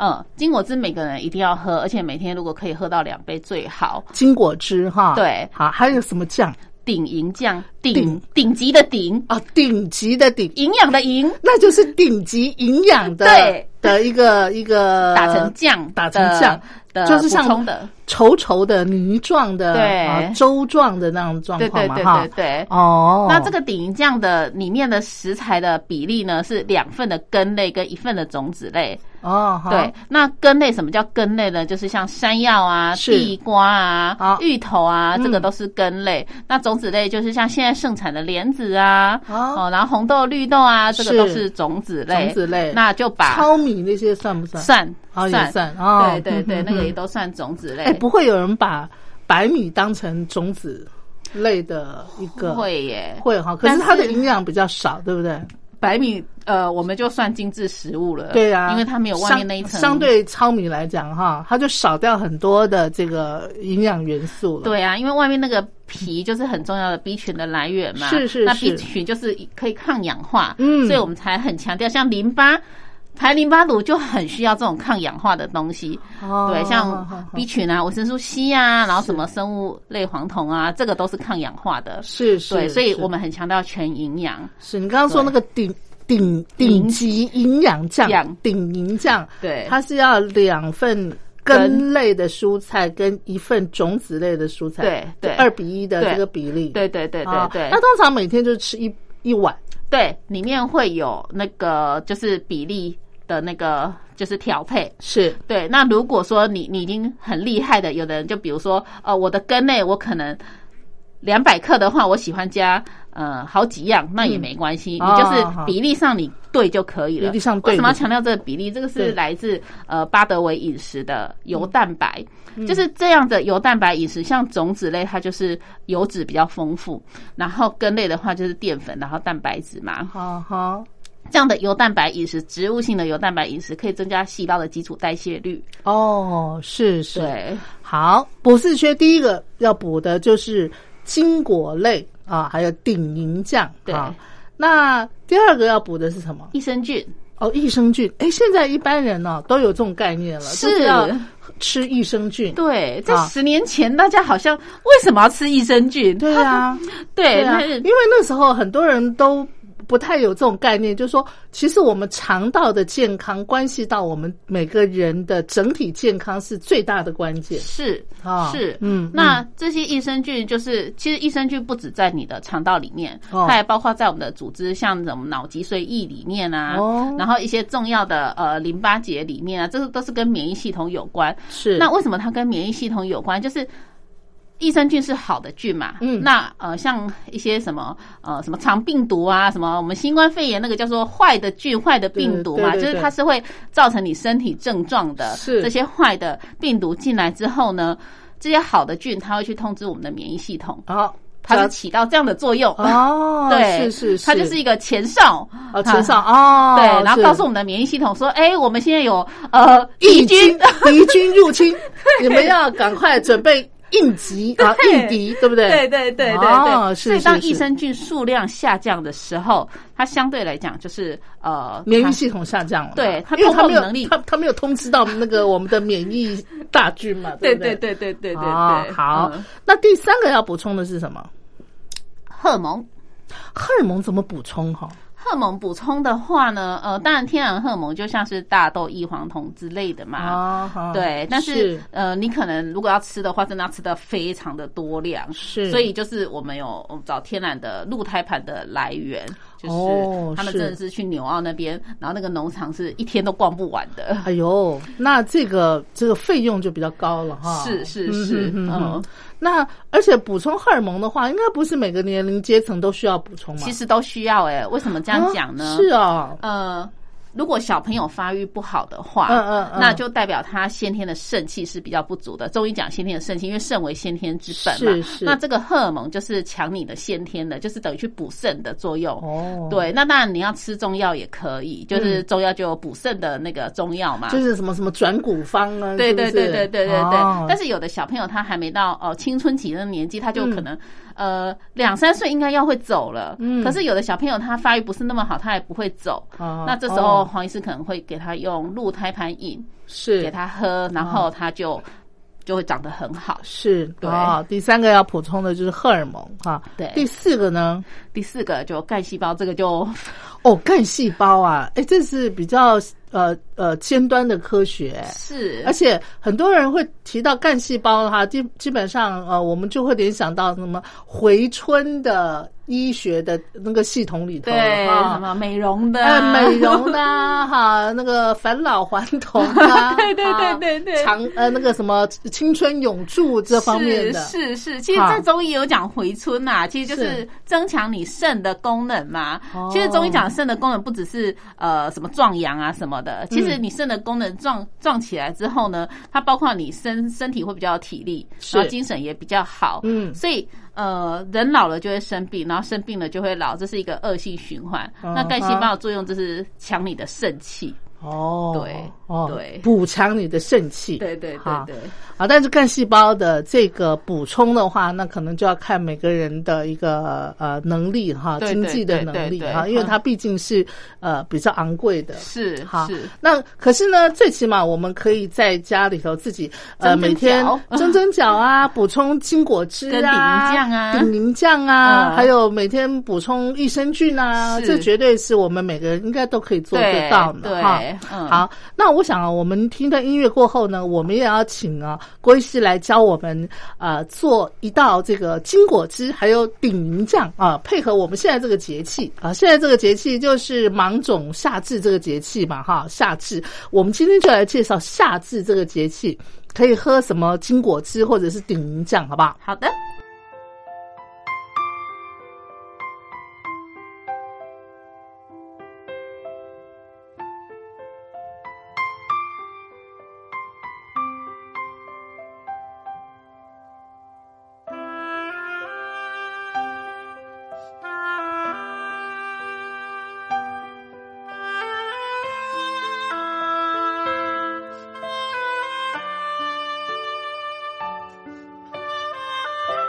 嗯，金果汁每个人一定要喝，而且每天如果可以喝到两杯最好。
金果汁哈，
对
好，还有什么酱
顶营酱，顶
顶
顶级的顶，
啊？顶级的顶。
营养的营，
那就是顶级营养的
对
的一个一个
打成酱，
呃打成酱，
的，
就是
补
像
充的，
稠稠的泥状的
对
啊粥状的那种状
对
况
对
嘛
对
哈
对对。
哦，
那这个顶营酱的里面的食材的比例呢，是两份的根类跟一份的种子类。
哦好
对，那根类什么叫根类呢？就是像山药啊、
是
地瓜啊
好、
芋头啊，
嗯
这个都是根类。那种子类就是像现在盛产的莲子啊，
哦
哦，然后红豆、绿豆啊，这个
是
都是种子类。
种子类
那就把
糙米那些算不算？
蒜
哦也算哦，
对对对，
嗯
那个
嗯
也都算种子类。
哎，不会有人把白米当成种子类的一个
会耶，
会哈，可
但
是
是
它的营养比较少，对不对？
白米呃，我们就算精致食物了，
对啊，
因为它没有外面那一层
相相对糙米来讲哈，它就少掉很多的这个营养元素了。
对啊，因为外面那个皮就是很重要的 B 群的来源嘛，
是是
那
是
B 群就是可以抗氧化，
嗯
所以我们才很强调，像淋巴排淋巴乳就很需要这种抗氧化的东西，
哦，好
对，
好
像
好
B 群啊、维生素 C 啊，然后什么生物类黄酮啊，这个都是抗氧化的，
是是，
对，所以
是
我们很强调全营养，
是你刚刚说那个顶顶顶级营养酱
酱，
顶营酱，
对
它是要两份根类的蔬菜跟一份种子类的蔬菜，
对对
二比一的
对
这个比例，
对对对
啊
对对。
那通常每天就吃一一碗，
对，里面会有那个就是比例的那个就是调配。
是
对，那如果说你你已经很厉害的，有的人就比如说呃，我的根类我可能两百克的话，我喜欢加呃好几样，那也没关系，
嗯
你就
哦
是比例上你对就可以了。
比例上对
为什么要强调这个比例？这个
对
是来自呃巴德维饮食的油蛋白，
嗯
就是这样的油蛋白饮食，像种子类它就是油脂比较丰富，然后根类的话就是淀粉，然后蛋白质嘛。
好好
这样的油蛋白饮食，植物性的油蛋白饮食可以增加细胞的基础代谢率。
哦，是是，
对，
好，补四缺第一个要补的就是筋果类啊，还有顶营酱。
对
啊，那第二个要补的是什么？
益生菌
哦，益生菌。哎，现在一般人呢、都有这种概念了，就是要吃益生菌。
对，在
啊
十年前大家好像为什么要吃益 生菌？
对啊，
对，
啊，
那
因为那时候很多人都。不太有这种概念，就是说，其实我们肠道的健康关系到我们每个人的整体健康是最大的关键
是
啊。
是，
嗯，
那这些益生菌就是，其实益生菌不止在你的肠道里面，
哦
它也包括在我们的组织，像什么脑脊髓液里面啊，
哦
然后一些重要的呃淋巴结里面啊，这个都是跟免疫系统有关。
是
那为什么它跟免疫系统有关？就是益生菌是好的菌嘛，
嗯
那呃像一些什么呃什么肠病毒啊，什么我们新冠肺炎那个叫做坏的菌、坏的病毒
对
嘛，
对对
就是它是会造成你身体症状的。
是
这些坏的病毒进来之后呢，这些好的菌它会去通知我们的免疫系统，
好，
它是起到这样的作用。
哦，
对，
是是是，
它就是一个前哨，
哦，前哨哦，
对，然后
是
告诉我们的免疫系统说，哎，我们现在有呃
敌
敌
军，
军
敌 军入侵，你们要赶快准备应急啊，应敌，对不对？
对对对对对，
哦是
所以当
是是
益生菌数量下降的时候，它相对来讲就是呃
免疫
它
系统下降了嘛，
对它
因为它
通
没
报
有
能力
它它没有通知到那个我们的免疫大军嘛，
对
不
对对对对对对，
哦，好
嗯，
那第三个要补充的是什么？
荷尔蒙。
荷尔蒙怎么补充？哈，
荷尔蒙补充的话呢，呃，当然天然荷尔蒙就像是大豆异黄酮之类的嘛，
啊，好
对，但哦是
是
呃，你可能如果要吃的话，真的要吃的非常的多量，
是
所以就是我们有我们找天然的鹿胎盘的来源，就
哦
是他们
是
真的是去纽澳那边，然后那个农场是一天都逛不完的，
哎呦，那这个这个费用就比较高了哈。
是是是，
嗯哼哼哼
嗯，
那而且补充荷尔蒙的话，应该不是每个年龄阶层都需要补充嘛？
其实都需要哎，为什么这样讲呢
啊？是哦，
呃，如果小朋友发育不好的话，
嗯嗯嗯
那就代表他先天的肾气是比较不足的。中医讲先天的肾气，因为肾为先天之本嘛，
是是
那这个荷尔蒙就是强你的先天的，就是等于去补肾的作用。
哦，，嗯
对，那当然你要吃中药也可以，就是中药就有补肾的那个中药嘛。
就是什么什么转骨方啊，
对
是不
对
是
对对对对对，
哦
但是有的小朋友他还没到呃青春期的年纪，他就可能、呃两三岁应该要会走了，
嗯
可是有的小朋友他发育不是那么好，他也不会走，
哦
那这时候
哦
黄医师可能会给他用鹿胎盘饮给
是哦
他喝，然后他就就会长得很好。
是
对
哦，第三个要补充的就是荷尔蒙哈。
对
第四个呢，
第四个就干细胞，这个就
哦，干细胞啊，哎，这是比较呃呃尖端的科学。
是
而且很多人会提到干细胞哈，基基本上呃，我们就会联想到什么回春的医学的那个系统里头了
对
哈
什么美容的
哦哎，
啊、
美容的啊哈，那个返老还童啊，
对对
啊
对对对
长呃那个什么青春永驻这方面的，
是是是，其实，
好
在中医有讲回春呐、其实就是是增强你肾的功能嘛
哦。
其实中医讲肾的功能不只是呃什么壮阳啊什么的，
嗯
其实你肾的功能壮壮起来之后呢，它包括你身身体会比较有体力，
是
然后精神也比较好。
嗯
所以呃，人老了就会生病，然后生病了就会老，这是一个恶性循环。
嗯
那干细
哈
胞的作用就是抢你的肾气，
哦，
对
哦，
对
补强你的肾气，
对对对
好
对，
啊，但是干细胞的这个补充的话，那可能就要看每个人的一个呃能力哈，
对
经济的
对对
能力
对
哈，
对
因为它毕竟是呃比较昂贵的。
是
好
是，
那可是呢，最起码我们可以在家里头自己呃
蒸蒸
每天
饺
蒸蒸饺 啊，补充筋果汁
跟
啊、
顶酱啊
顶凝酱啊，
嗯
还有每天补充益生菌啊，
是
这绝对是我们每个人应该都可以做得
对
到的
对
哈。，
嗯，
好，那我想啊，我们听到音乐过后呢，我们也要请啊郭医师来教我们呃做一道这个金果汁，还有顶凝酱啊，配合我们现在这个节气啊，现在这个节气就是芒种夏至这个节气嘛哈，夏至，我们今天就来介绍夏至这个节气可以喝什么金果汁或者是顶凝酱，好不好？
好的。
啊。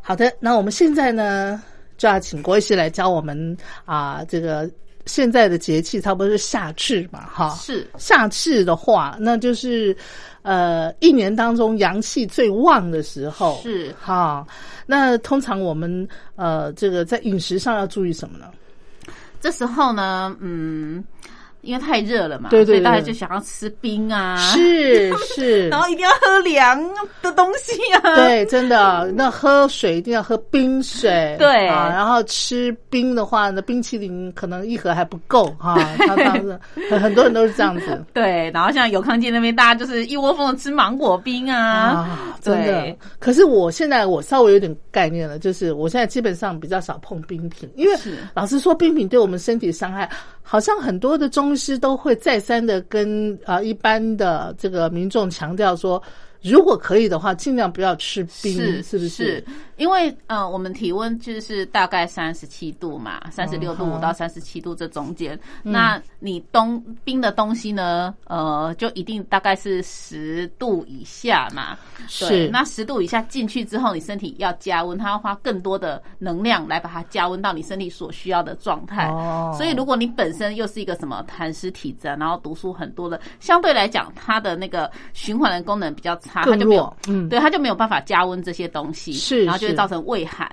好的，那我们现在呢，就要请郭医师来教我们啊，这个现在的节气差不多是夏至嘛，哈，
是
夏至的话，那就是呃一年当中阳气最旺的时候，
是
哈。那通常我们呃这个在饮食上要注意什么呢？
这时候呢，嗯，因为太热了嘛，
对对
所以大家
对
就想要吃冰啊，
是是
然。后一定要喝凉的东西啊。
对，真的，那喝水一定要喝冰水，
对
啊，然后吃冰的话呢，冰淇淋可能一盒还不够 哈，常常是很很多人都是这样子，
对，然后像永康街那边，大家就是一窝蜂的吃芒果冰啊。
啊，真的
对。
可是我现在我稍微有点概念了，就是我现在基本上比较少碰冰品，因为
是
老实说，冰品对我们身体伤害，好像很多的中医师都会再三的跟呃一般的这个民众强调说，如果可以的话，尽量不要吃冰，
是
是不
是？因为呃，我们体温就是大概三十七度嘛，三十六度
嗯好
五到三十七度这中间。
嗯
那你东冰的东西呢，呃，就一定大概是十度以下嘛。对，
是，
那十度以下进去之后，你身体要加温，它要花更多的能量来把它加温到你身体所需要的状态。
哦
所以，如果你本身又是一个什么痰湿体质啊，然后毒素很多的，相对来讲，它的那个循环的功能比较差，它
更
就没有
弱，嗯，
对，它就没有办法加温这些东西，
是哦
然后就会
是
造成胃寒。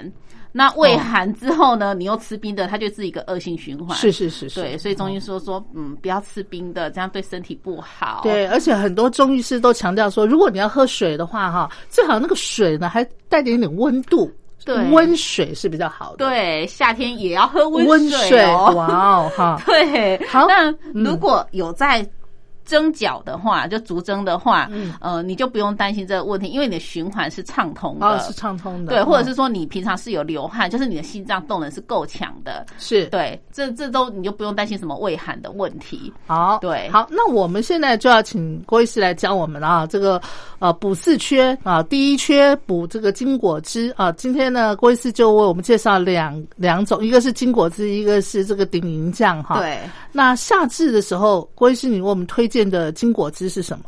那胃寒之后呢，你又吃冰的，它就是一个恶性循环。
是，是是是，
对，所以中医说说，嗯，不要吃冰的，这样对身体不好。，
对，而且很多中医师都强调说，如果你要喝水的话，哈，最好那个水呢还带点点温度，
对
温水是比较好的。，
对，夏天也要喝温
温
水哦。，
哇哦，哈
对，
好嗯
那如果有在蒸饺的话，就竹蒸的话，
嗯
呃，你就不用担心这个问题，因为你的循环是畅通的。
哦，是畅通的，
对，或者
嗯
是说你平常是有流汗，就是你的心脏动能是够强的，
是
对，这这都你就不用担心什么胃寒的问题。
好，
对
好，那我们现在就要请郭医师来教我们了啊，这个呃补四缺啊，第一缺补这个金果汁啊，今天呢郭医师就为我们介绍两两种，一个是金果汁，一个是这个顶银酱哈。，
对，
那夏至的时候，郭医师你为我们推荐的金果汁是什么？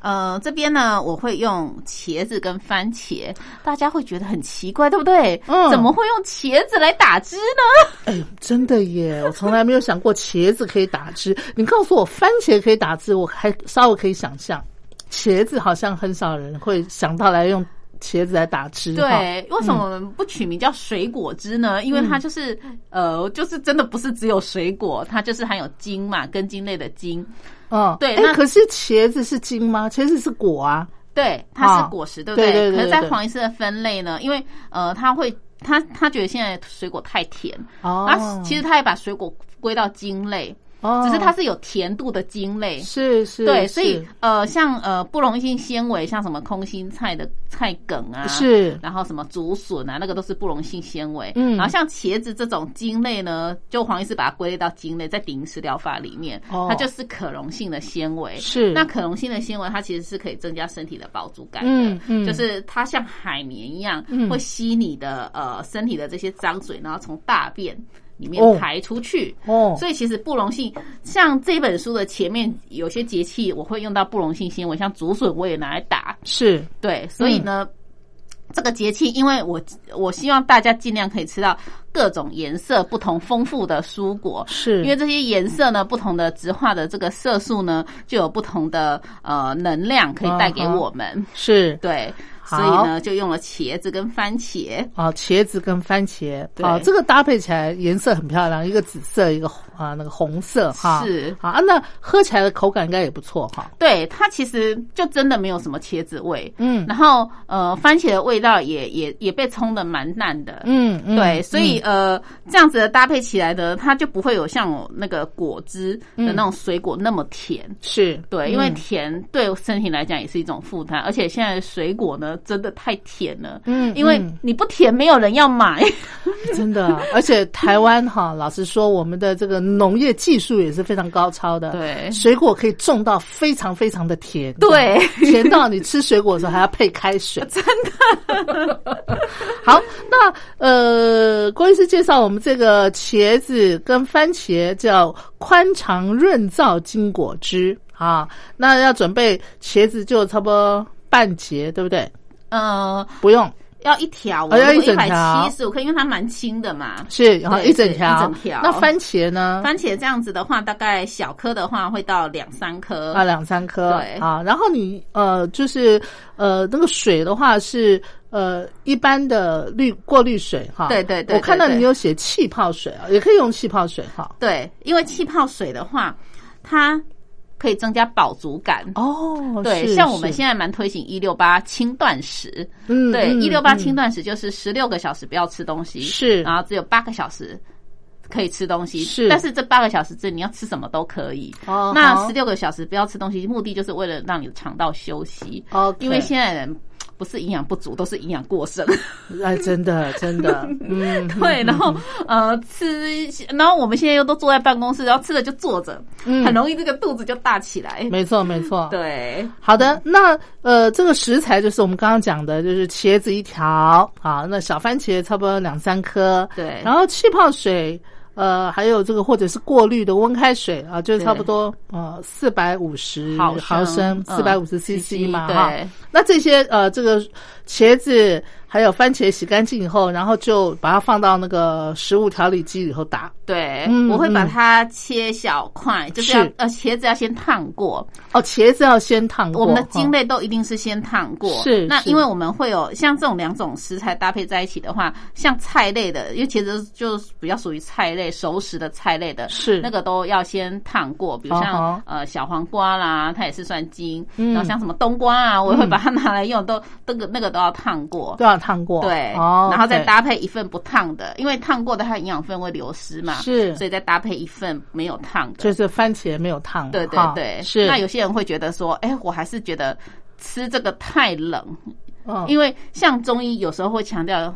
呃，这边呢我会用茄子跟番茄，大家会觉得很奇怪，对不对？
嗯
怎么会用茄子来打汁呢？
哎， 真的耶，我从来没有想过茄子可以打汁。 你告诉我番茄可以打汁，我还稍微可以想象，茄子好像很少人会想到来用茄子来打汁。哈嗯
对，为什么我们不取名叫水果汁呢？因为它就是呃，就是真的不是只有水果，它就是含有茎嘛，根茎类的茎。
嗯，
对
哎，
那
可是茄子是茎吗？茄子是果啊。
对，它
哦
是果实，对不
对对对
可是，
对
在
对
黄医师的分类呢，因为呃，他会他他觉得现在水果太甜，
哦
啊，其实他也把水果归到茎类，
哦，
只是它是有甜度的茎类。
是是，
对，
是
所以呃，像呃不溶性纤维，像什么空心菜的菜梗啊，
是
然后什么竹笋啊，那个都是不溶性纤维。
嗯
然后像茄子这种茎类呢，就黄医师把它归类到茎类，在顶食疗法里面，
哦
它就是可溶性的纤维。
是
啊那可溶性的纤维，它其实是可以增加身体的饱足感的，
嗯嗯
就是它像海绵一样，
嗯
会吸你的呃身体的这些脏水，然后从大便里面
哦
排出去。
哦，
所以其实不溶性，像这本书的前面有些节气，我会用到不溶性纤维，像竹笋我也拿来打，
是
对，所以呢，
嗯
这个节气，因为我我希望大家尽量可以吃到各种颜色不同、丰富的蔬果。
是，
因为这些颜色呢，不同的植化的这个色素呢，就有不同的呃能量可以带给我们。
是
对，
嗯好
所以呢，就用了茄子跟番茄。
啊，茄子跟番茄
对
啊，这个搭配起来颜色很漂亮，一个紫色，一个红啊那个红色哈，
是
好啊，那喝起来的口感应该也不错哈，
对，它其实就真的没有什么茄子味。
嗯
然后呃，番茄的味道也也也被冲的蛮淡的。
嗯，嗯
对，所以呃，这样子的搭配起来呢，它就不会有像我那个果汁的那种水果那么甜。
是
对，因为
嗯
甜对身体来讲也是一种负担，而且现在的水果呢真的太甜了，
嗯
因为
嗯
你不甜没有人要买。
真的，而且台湾哈，老实说，我们的这个农业技术也是非常高超的，
对
水果可以种到非常非嗯常的甜，
对
这样，甜到你吃水果的时候还要配开水，真的。 好，那呃，郭医师介绍我们这个茄子跟番茄叫宽肠润燥金果汁啊，那要准备茄子就差不多半节，对不对？
呃，
不用，
要一条，我
哦要一
一
整
百
条
七十五克，因为它蛮轻的嘛。
是，然后
对
一整
对一
条。
整条
那番茄呢？
番茄这样子的话，大概小颗的话会到两三颗。
啊，两三颗
对
啊。然后你呃，就是呃，那个水的话是呃一般的滤过滤水哈。
对对对
我看到
对对
你有写气泡水啊，也可以用气泡水哈。
对，因为气泡水的话，它可以增加饱足感。
哦，
对，
是
像我们
是
现在蛮推行一六八轻断食。
嗯
对，
嗯
一六八
嗯
轻断食就是十六个小时不要吃东西，
是
然后只有八个小时可以吃东西。
是
但是这八个小时之内你要吃什么都可以。
哦
那
好
十六个小时不要吃东西，目的就是为了让你的肠道休息。
OK
因为现在人不是营养不足，都是营养过剩。
哎，真的真 的，嗯，
对，然后呃吃，然后我们现在又都坐在办公室，然后吃了就坐着，
嗯
很容易这个肚子就大起来。
没错没错。
对，
好的，那呃，这个食材就是我们刚刚讲的，就是茄子一条，好，那小番茄差不多两三颗，
对
然后气泡水，呃，还有这个或者是过滤的温开水啊，就是
对
差不多呃四百五十
毫升
毫升，
嗯
四百五十
CC
CC 嘛
对
哈。那这些呃，这个茄子还有番茄洗干净以后，然后就把它放到那个食物调理机里头打。
对，
嗯
我会把
嗯
它切小块，就是要
是
呃茄子要先烫过，
哦，茄子要先烫过。
我们的
哈
茎类都一定是先烫过。
是
那
是
因为我们会有像这种两种食材搭配在一起的话，像菜类的，因为茄子就是比较属于菜类熟食的菜类的，
是
那个都要先烫过，比如像、
哦吼
呃小黄瓜啦，它也是算茎，
嗯
然后像什么冬瓜啊，我也会
嗯
把它拿来用，都那个那个都要烫过。
都要烫过。
对，
哦，
然后再
OK
搭配一份不烫的，因为烫过的它营养分会流失嘛，
是
所以再搭配一份没有烫的，
就是番茄没有烫，
对对
哈
对，
是。
那有些人会觉得说，哎，我还是觉得吃这个太冷，
嗯，
因为像中医有时候会强调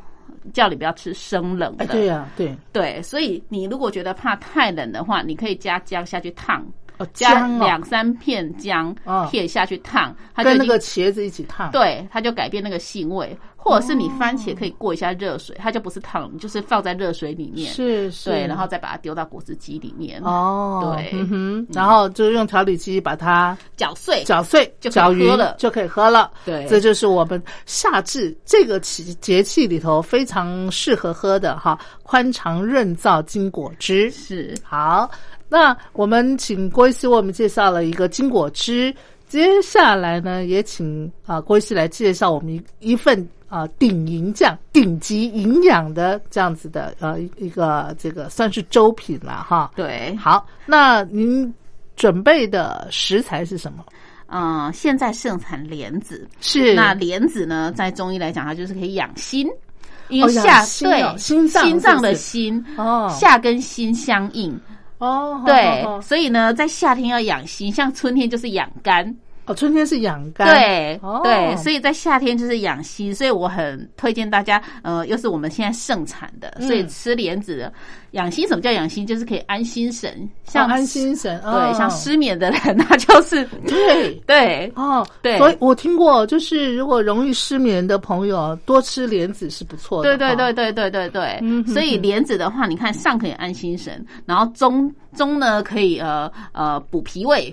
叫你不要吃生冷
哎，
的，
对呀、对，
对，所以你如果觉得怕太冷的话，你可以加姜下去烫，
哦，
加
姜哦，
两三片姜
嗯
片下去烫，它就
跟
已
那
经
个茄子一起烫，，
对，它就改变那个腥味，或者是你番茄可以过一下热水，它就不是烫，就是放在热水里面，
是是，
对，然后再把它丢到果汁机里面，
哦，
对
嗯哼，然后就用调理机把它
搅碎，
搅碎，
就可以
搅匀
喝了
就可以喝了。
对
这就是我们夏至这个节节气里头非常适合喝的哈，宽肠润燥金果汁。
是
好，那我们请郭医师为我们介绍了一个金果汁，接下来呢，也请啊、郭医师来介绍我们一一份啊、顶营养、顶级营养的这样子的呃一一个这个算是粥品了哈。
对，
好，那您准备的食材是什么？
嗯、现在盛产莲子，
是
那莲子呢，在中医来讲，它就是可以养心，因
哦
为
养
下、
心哦
对
心脏
心脏
是不是
的心，
哦
下跟心相应，
哦，
对，
哦
所以呢，在夏天要养心，像春天就是养肝，
哦，春天是养肝，
对、
哦
对，所以在夏天就是养心，所以我很推荐大家，呃，又是我们现在盛产的，
嗯
所以吃莲子的养心，什么叫养心？就是可以安心神，像、
像安心神，哦
对，像失眠的人，他就是
对。
对
哦，
对
所以我听过，就是如果容易失眠的朋友，多吃莲子是不错的。
对对
哈
对，对对对对，
嗯哼
所以
哼
莲子的话，你看上可以安心神，然后中中呢可以呃呃补脾胃，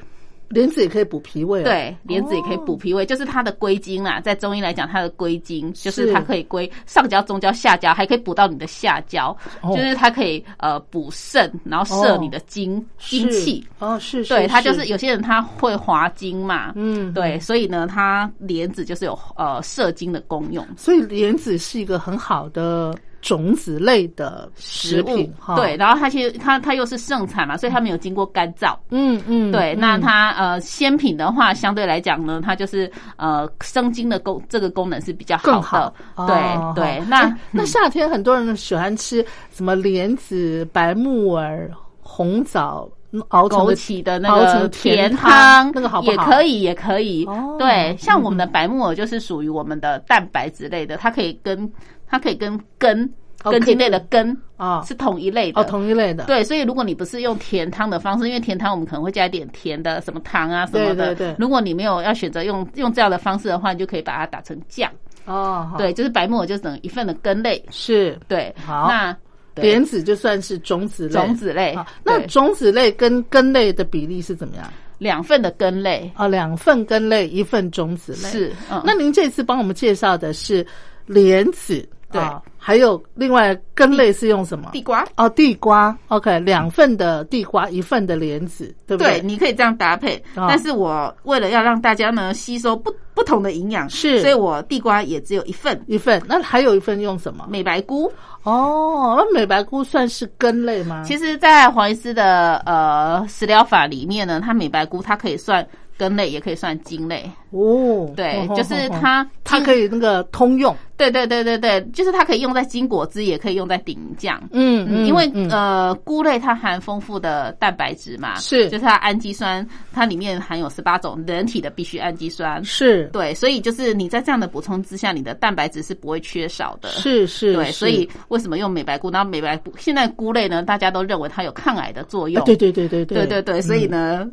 莲子也可以补脾胃、，啊
对，莲子也可以补脾胃，就是它的归经啦，在中医来讲，它的归经就是
哦是
它可以归上焦、中焦、下焦，还可以补到你的下焦，
哦
就是它可以呃补肾，然后摄
哦
你的精精
是
气，
哦，是，
对，它就是是有些人他会滑精嘛。
嗯，
对，所以呢，它莲子就是有呃摄精的功用。
所以莲子是一个很好的种子类的食品哈。
对，，然后它其实它它又是盛产嘛，所以它没有经过干燥。
嗯嗯，
对，
嗯
那它呃鲜品的话，相对来讲呢，它就是呃生津的功这个功能是比较
更
好的。
哦
对
好
对，那嗯
哎那夏天很多人喜欢吃什么莲子、白木耳、红枣熬成
枸
的
杞的那
熬
个
成
甜
汤，那个好不好？
也可以，也可以。
哦
对，像我们的白木耳就是属于我们的蛋白质类的，它可以跟它可以跟根
哦
根茎类的根
啊，
是同一类的。
哦，同一类的。
对，所以如果你不是用甜汤的方式，因为甜汤我们可能会加一点甜的什么糖啊什么的。
对对对
如果你没有要选择用用这样的方式的话，你就可以把它打成酱。
哦，好
对，就是白木耳就等于一份的根类。
是
对，
好
那对
莲子就算是种子类，
种子类
好，那
对
种子类跟根类的比例是怎么样？啊
两份的根类
哦，两份根类，一份种子类。，
是，嗯
那您这次帮我们介绍的是莲子，
对
啊还有另外根类是用什么？
地瓜。
哦，地瓜，OK，两份的地瓜，一份的莲子，对不
对，
对？
你可以这样搭配。
哦
但是我为了要让大家呢吸收不不同的营养，
是
所以我地瓜也只有一份
一份，那还有一份用什么？
美白菇。
哦，那美白菇算是根类吗？
其实，在黄医师的呃食疗法里面呢，它美白菇它可以算根类，也可以算茎类。
哦，
对，
哦
就是
哦哦
它
它
茎
可以那个通用，
对对对对对，就是它可以用在金果汁，也可以用在顶酱。
嗯
嗯，因为、
嗯
呃，菇类它含丰富的蛋白质嘛，
是
就是它氨基酸，它里面含有十八种人体的必需氨基酸，
是
对，所以就是你在这样的补充之下，你的蛋白质是不会缺少的，
是是，
对，
是
所以为什么用美白菇？然后美白菇现在菇类呢，大家都认为它有抗癌的作用，
啊对对对对嗯
对对对所以呢，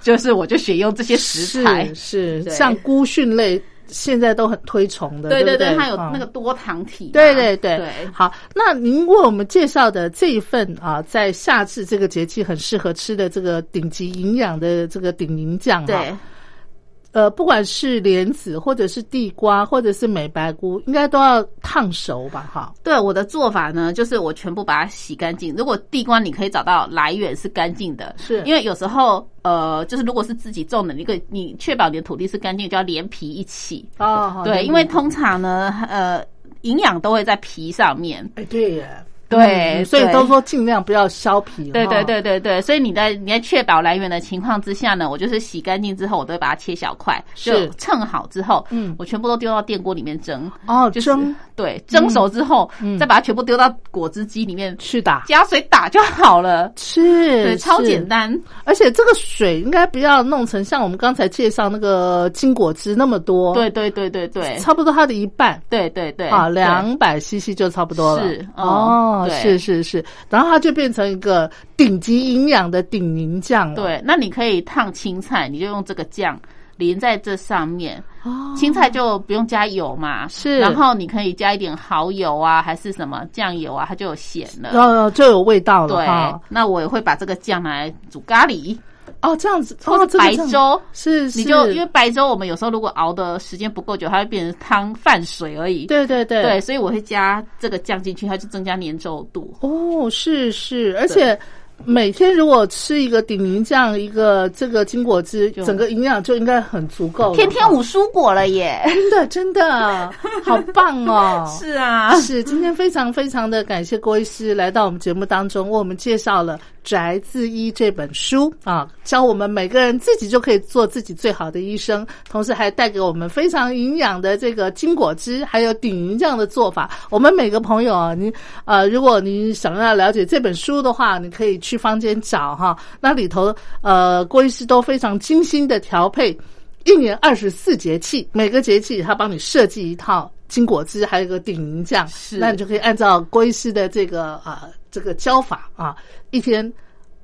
就是我就选用这些食材，
是是
对
像菇蕈类，现在都很推崇的，
对
对
对
不
它有那个
嗯
多糖体嘛，
对对对，
对
好，那您为我们介绍的这一份啊，在夏至这个节气很适合吃的这个顶级营养的这个顶营酱哈，
对。
呃，不管是莲子或者是地瓜或者是美白菇，应该都要烫熟吧？哈，
对我的做法呢，就是我全部把它洗干净。如果地瓜你可以找到来源是干净的，
是
因为有时候呃，就是如果是自己种的，你可以你确保你的土地是干净，就要连皮一起。
哦
对，因为通常呢，呃，营养都会在皮上面。
哎对耶，
对
嗯所以
对
都说尽量不要削皮，
对对
哈，
对对对，所以你在你在确保来源的情况之下呢，我就是洗干净之后，我都会把它切小块，
是
就称好之后，
嗯
我全部都丢到电锅里面蒸，
哦，
就是
蒸
对，蒸熟之后，
嗯
再把它全部丢到果汁机里面，
去打。
加水打就好了。
是，
对，超
是
简单。
而且这个水应该不要弄成像我们刚才介绍那个金果汁那么多，
对，对对对对，
差不多它的一半，
对对对，
啊，
对
两百 CC 就差不多了。
是嗯
哦，
对
是是是，然后它就变成一个顶级营养的顶凝酱了。，
对。那你可以烫青菜，你就用这个酱淋在这上面，
哦，
青菜就不用加油嘛。
是
然后你可以加一点蚝油啊，还是什么酱油啊，它就有咸
然
了。
后哦就有味道了
对
哈。，
那我也会把这个酱拿来煮咖喱
哦，这样子，
或
哦，
者
这个
白
酱
粥。
是，
你
是
就因为白粥，我们有时候如果熬的时间不够久，它会变成汤饭水而已。
对对对
对，所以我会加这个酱进去，它就增加粘稠度。
哦，是是，而且每天如果吃一个顶凝酱，一个这个金果汁，
就
整个营养就应该很足够了。
天天五蔬果了耶！
真的真的好棒 哦！
是啊，
是，今天非常非常的感谢郭医师来到我们节目当中，为我们介绍了《宅自医》这本书啊，教我们每个人自己就可以做自己最好的医生，同时还带给我们非常营养的这个金果汁，还有顶营这样的做法。我们每个朋友啊，您呃，如果您想要了解这本书的话，你可以去坊间找哈，那里头呃，郭医师都非常精心的调配。一年二十四节气，每个节气他帮你设计一套金果汁，还有一个顶营酱，
是
那你就可以按照郭医师的这个啊这个教法啊，一天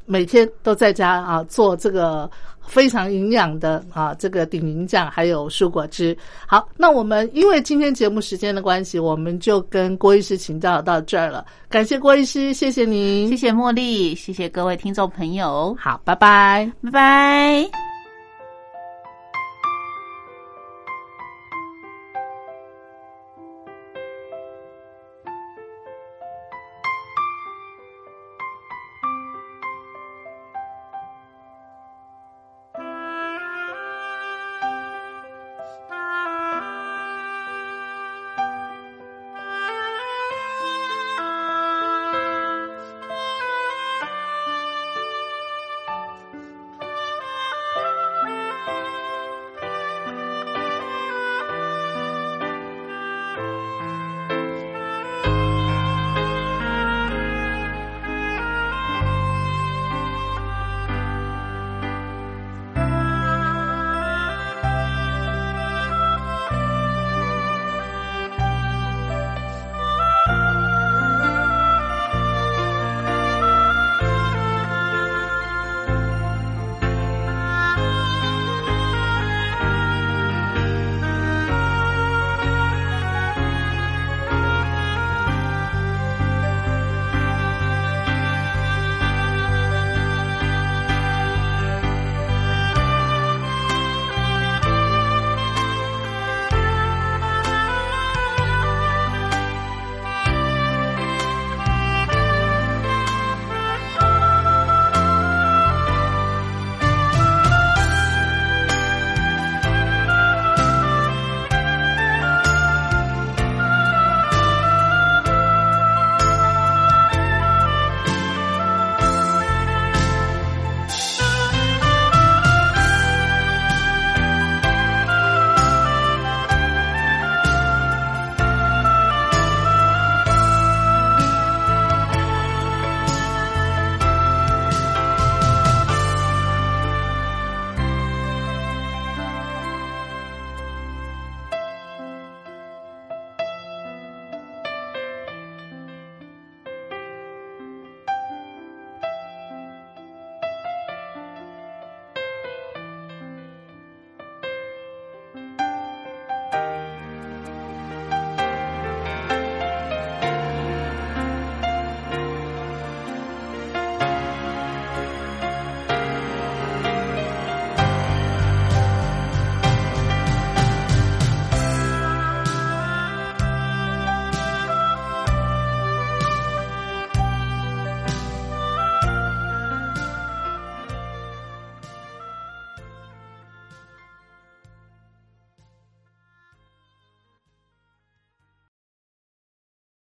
每天都在家啊做这个非常营养的啊这个顶营酱，还有蔬果汁。好，那我们因为今天节目时间的关系，我们就跟郭医师请教到这儿了，感谢郭医师，谢谢您，
谢谢茉莉，谢谢各位听众朋友，
好，拜拜。
拜拜。